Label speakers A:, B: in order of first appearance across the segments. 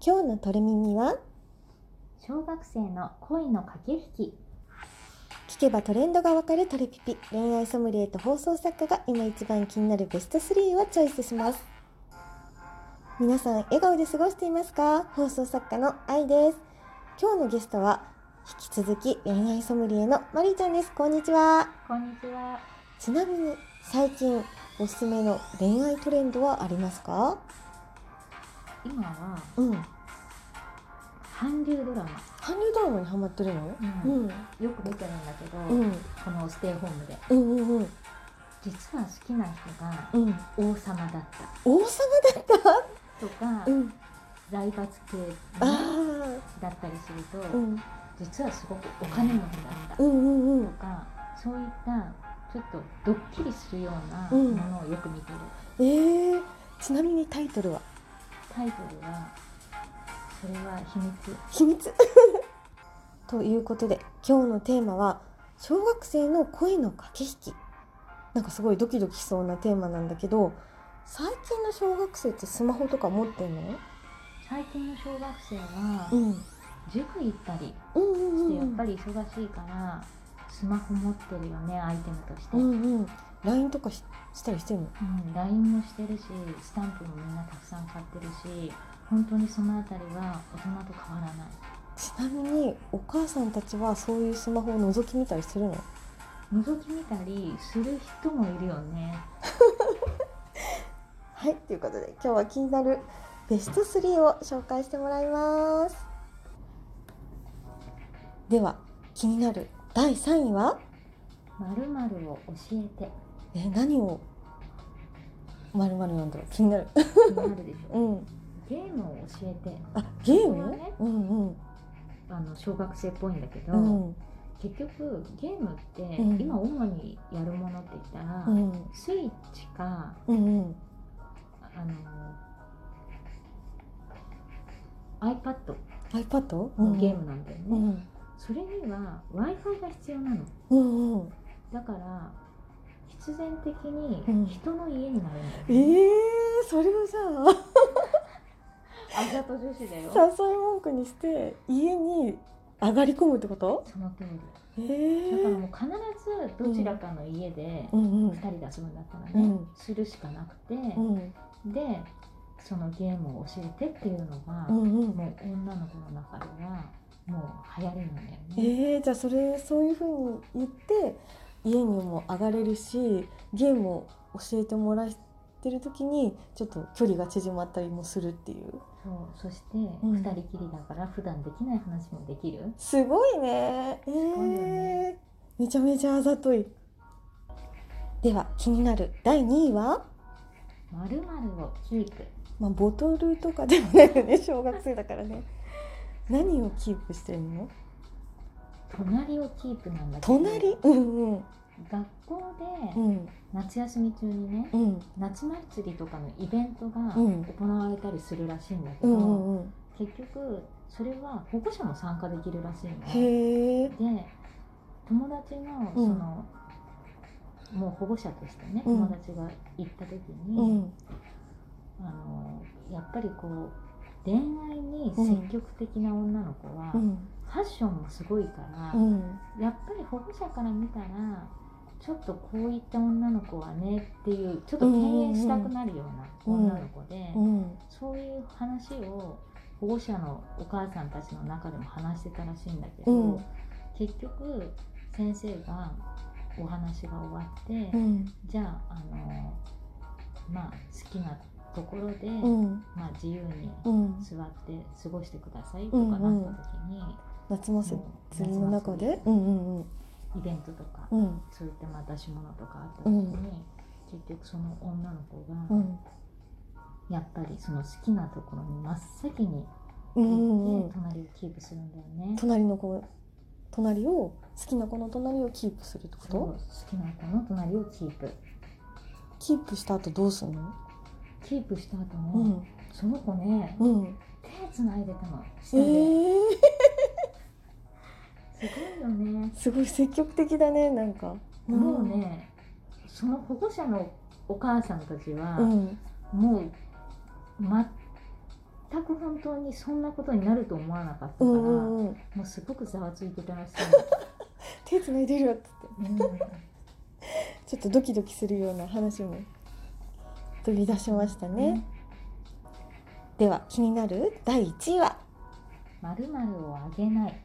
A: 今日のトレミミは
B: 小学生の恋の駆け引き
A: 聞けばトレンドがわかるトレピピ恋愛ソムリエと放送作家が今一番気になるベスト3をチョイスします皆さん笑顔で過ごしていますか放送作家の愛です今日のゲストは引き続き恋愛ソムリエのマリーちゃんですこんにちは
B: こんにちは
A: ちなみに最近おすすめの恋愛トレンドはありますか
B: 今は
A: うん
B: 韓流ドラマ、
A: 韓流ドラマにハマってるのうん
B: よく見てるんだけど、
A: うん
B: このステイホームで
A: うんうんうん
B: 実は好きな人が
A: うん
B: 王様だった
A: 王様だっ
B: とか、
A: たうん
B: 財閥系
A: あ
B: だったりすると、
A: あうん
B: 実はすごくお金持ちだった
A: う
B: と
A: んうんうん
B: か、そういったちょっとドッキリするような
A: うん
B: ものをよく見てる、
A: えー、ちなみにタイトルは
B: タイトルは「それは秘密
A: 秘密 ということで今日のテーマは小学生の恋の駆け引きなんかすごいドキドキしそうなテーマなんだけど最近の小学生ってスマホとか持ってんの、」
B: 最近の小学生は
A: ん、
B: 塾行ったり
A: うんう
B: して
A: ん
B: やっぱ
A: り
B: り忙しいからスマホ持ってるよねアイテムとして、
A: う
B: うん
A: んうん LINE とかししたりしてんの
B: LINE もしてるしスタンプもみんなたくさん買ってるし本当にそのあたりは大人と変わらない
A: ちなみにお母さんたちはそういうスマホを覗き見たりするの
B: 覗き見たりする人もいるよね
A: はい、ということで今日は気になるベスト3を紹介してもらいますでは気になる第3位は
B: まるまるを教えて
A: え何をまるまるなんだろう気になる
B: になるでし
A: う
B: ょ
A: ん
B: ゲームを教えて
A: あゲー
B: これ
A: ム、
B: はね
A: うんうん
B: あの小学生っぽいんだけど、
A: うん
B: 結局ゲームって、
A: うん
B: 今主にやるものって言ったら、
A: うん
B: スイッチか
A: うんうん
B: あの iPad
A: iPad
B: のゲームなんだよね、
A: うん
B: それには w i f i が必要なの
A: うんうん
B: だから必然的に
A: うん
B: 人の家になるんだよ
A: え
B: ね、
A: ー、それを さ
B: あざと女子だよ
A: 誘い文句にして家に上がり込むってこと
B: その通り
A: え
B: だから
A: ー、
B: もう必ずどちらかの家で
A: うんう
B: 2
A: ん
B: 人で遊ぶんだったらね、
A: うん
B: するしかなくて、
A: うん
B: でそのゲームを教えてっていうのが、
A: うんうん
B: もう女の子の中ではもう流行りなんだよね
A: えー、じゃあそれそういうふうに言って家にも上がれるしゲームを教えてもらってる時にちょっと距離が縮まったりもするっていう
B: そうそして
A: ん
B: 二人きりだから普段できない話もできる、
A: すごいねえ
B: ごいよ
A: ー
B: ね、
A: めちゃめちゃあざといでは気になる第2位は、
B: まるまるをキープ
A: まあ、ボトルとかでもないよね小学生だから ね何をキープしてるの
B: 隣をキープなんだけど
A: 隣うんうん
B: 学校
A: う
B: で
A: ん
B: 夏休み中にね、
A: うん
B: 夏祭りとかのイベントが
A: うん
B: 行われたりするらしいんだ
A: う
B: けど、
A: んうんうん
B: 結局それは保護者も参加できるらしいの
A: へえ
B: で友達の
A: うん
B: その、もう保護者としてね、
A: うん
B: 友達が行った時に、
A: うん
B: あのやっぱりこう恋愛に積極的な女の子は、
A: うん
B: ファッションもすごいから、
A: うん
B: やっぱり保護者から見たらちょっとこういった女の子はねっていうちょっと敬遠したくなるような女の子で、
A: うん
B: そういう話を保護者のお母さんたちの中でも話してたらしいんだけど、
A: うん
B: 結局先生がお話が終わって、
A: うん
B: じゃああのまあ好きなところで、
A: うん
B: まあ、自由に
A: うん
B: 座って過ごしてくださいと
A: う
B: か
A: ん
B: な
A: うん
B: った時に、
A: 夏祭
B: もう
A: りの中でうんうん
B: イベントとか、
A: うんうん
B: そういったまあ出し物とかあった時に、
A: うん
B: 結局その女の子
A: う
B: が
A: ん
B: やっぱりその好きなところに真っ先に
A: う
B: 行
A: んう
B: って
A: ん
B: 隣をキープするんだよね。
A: 隣の子隣を好きな子の隣をキープするってこ
B: そう好
A: と
B: きな子の隣をキープ
A: キープした後どうするの
B: キープした後
A: う
B: ね、
A: ん
B: その子ね
A: うん
B: 手つないでたの下
A: え
B: で、
A: ー
B: すごいよね、
A: すごい積極的だねなんか
B: もうねその保護者のお母さんたちは、
A: うん
B: もう、ま、全く本当にそんなことになると思わなかっ
A: う
B: たから、
A: んうんうん
B: もうすごくざわついてたらしい
A: 手繋いでるよっつって
B: の、うん
A: ちょっとドキドキするような話も飛び出しましたね、では気になる第1位は
B: まるまるをあげない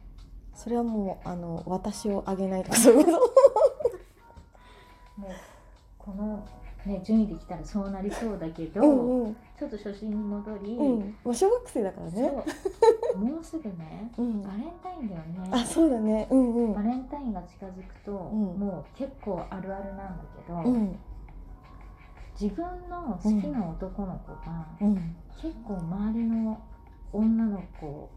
A: それはもうあの私をあげないとかそういうこ
B: もうこの、ね、順位できたらそうなり そうだけど、
A: とうんうん
B: ちょっと初心に戻り、
A: うんまあ小学生だからね
B: そうもうすぐね
A: うん
B: バレンタインだよ
A: あ
B: ね
A: そうだねうんう
B: バ
A: ん
B: レンタインが近づくと、
A: ん
B: もう結構あるあるなんだけど、
A: うん
B: 自分の好きな男の子が、
A: うん
B: 結構周りの女の子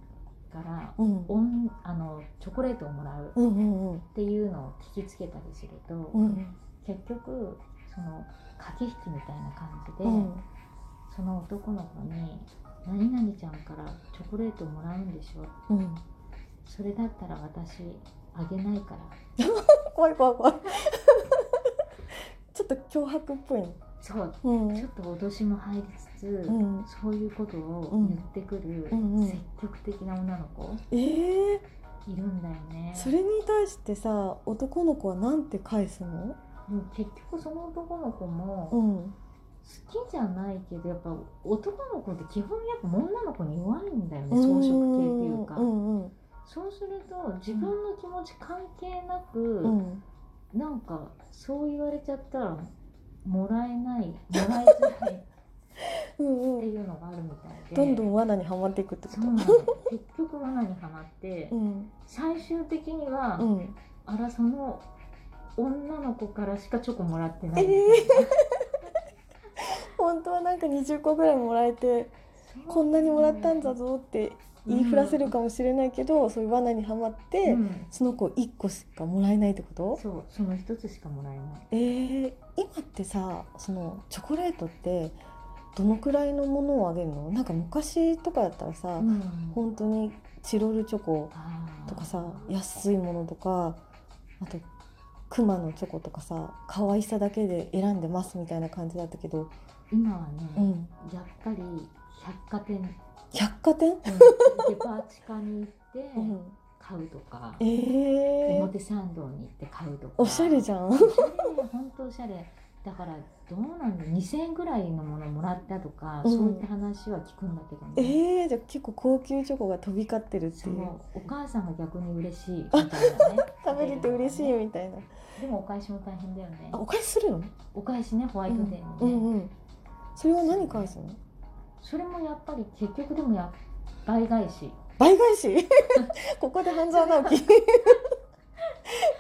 B: から
A: うん
B: おんあのチョコレートをもらう
A: うんうんうん
B: っていうのを聞きつけたりすると、
A: うん
B: 結局その駆け引きみたいな感じで、
A: うん
B: その男の子に「何々ちゃんからチョコレートをもらうんでしょ
A: うん
B: それだったら私あげないから
A: 怖い怖い怖い ちょっと脅迫っぽい」
B: そう
A: の
B: ちょっと脅しも入りつつ、
A: うん
B: そういうことを言ってくる
A: うんうんうん
B: 積極的な女の子
A: えー、
B: いるんだよね。
A: それに対してさ男の子はなんて返すの
B: もう結局その男の子も
A: うん
B: 好きじゃないけどやっぱ男の子って基本やっぱ女の子に弱いんだよね
A: う
B: 草
A: ん
B: 食系っていうか
A: うんうん
B: そうすると自分の気持ち関係なく、
A: うん
B: なんかそう言われちゃったらもらえないもらいづらい
A: うん
B: っ
A: う
B: て
A: ん
B: いうのがあるみたいで
A: どんど
B: ん
A: ん罠にはまっていくってこ
B: そ
A: と
B: うなのよ結局罠にはまって、
A: うん
B: 最終的には、
A: うん
B: あらその女の子からしかチョコもらってない
A: え
B: みたい
A: ー
B: な、
A: 本当はなんか20個ぐらいもらえて
B: そう
A: こんなにもらったんだぞって言いふらせるかもしれないけど、そういう罠にはまって、
B: うん
A: その子1個しかもらえないってこと
B: そうその一つしかもらえない
A: えー、今ってさそのチョコレートってどのくらいのものをあげるのなんか昔とかだったらさ、
B: うん
A: 本当にチロルチョコ
B: あー
A: とかさ安いものとかあとクマのチョコとかさ可愛さだけで選んでますみたいな感じだったけど、
B: 今は
A: う
B: ね、
A: ん、
B: やっぱり百貨店、うん
A: 百貨店、
B: デパ地下に行って
A: うん、
B: 買うとか、
A: えー、
B: 表参道に行って買うとか
A: おしゃれじ
B: ゃん
A: ゃん
B: おしゃれ本当おしゃれだからどうなんだ2000円ぐらいのものもらったとか、
A: うん
B: そういった話は聞くんだけど
A: え
B: ね、
A: ー、じゃあ結構高級チョコが飛び交ってるって
B: そ
A: いうう
B: お母さんが逆に嬉しいみたいなね
A: 食べれて嬉しいみたいな
B: でもお返しも大変だよね
A: あお返しするの、
B: お返しねホワイトデーにね、
A: うんうんそれは何返すの
B: それもやっぱり結局でもや倍返し
A: 倍返 しここで半沢直 樹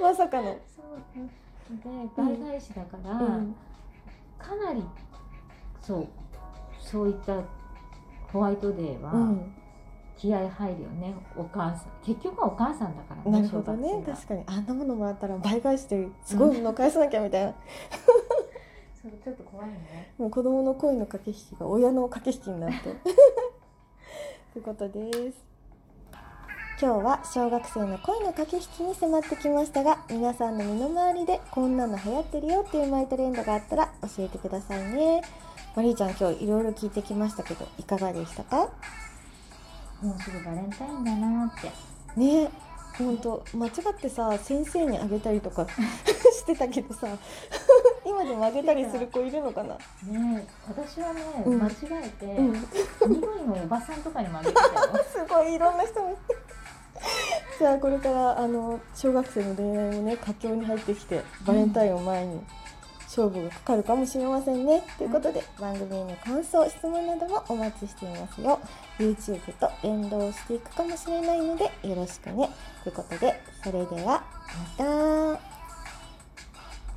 A: まさかの、
B: で倍返しだから、
A: うん、
B: かなりそうそういったホワイトデー
A: う
B: は
A: ん、
B: 気合入るよね、お母さん結局はお母さんだから
A: な
B: ね
A: るほどね
B: 小学生は
A: 確かにあんなものもらったら倍返してすごいもの返さなきゃみたいな、
B: それちょっと怖いね
A: もう子供の恋の駆け引きが親の駆け引きになってということです今日は小学生の恋の駆け引きに迫ってきましたが皆さんの身の回りでこんなの流行ってるよっていうマイトレンドがあったら教えてくださいねマリーちゃん今日いろいろ聞いてきましたけどいかがでしたか
B: もうすぐバレンタインだなって
A: ねほんと間違ってさ先生にあげたりとか してたけどさ今でもあげたりする子いるのかな
B: ねえ私はね、
A: うん
B: 間違えて、
A: うん
B: 緑のおばさんとかにもあげてたよ
A: すごいいろんな人もいてじゃあこれからあの小学生の恋愛もね佳境に入ってきてバレンタインを前に勝負がかかるかもしれませんね、ということで番組への感想質問などもお待ちしていますよ YouTube と連動していくかもしれないのでよろしくねということでそれではまた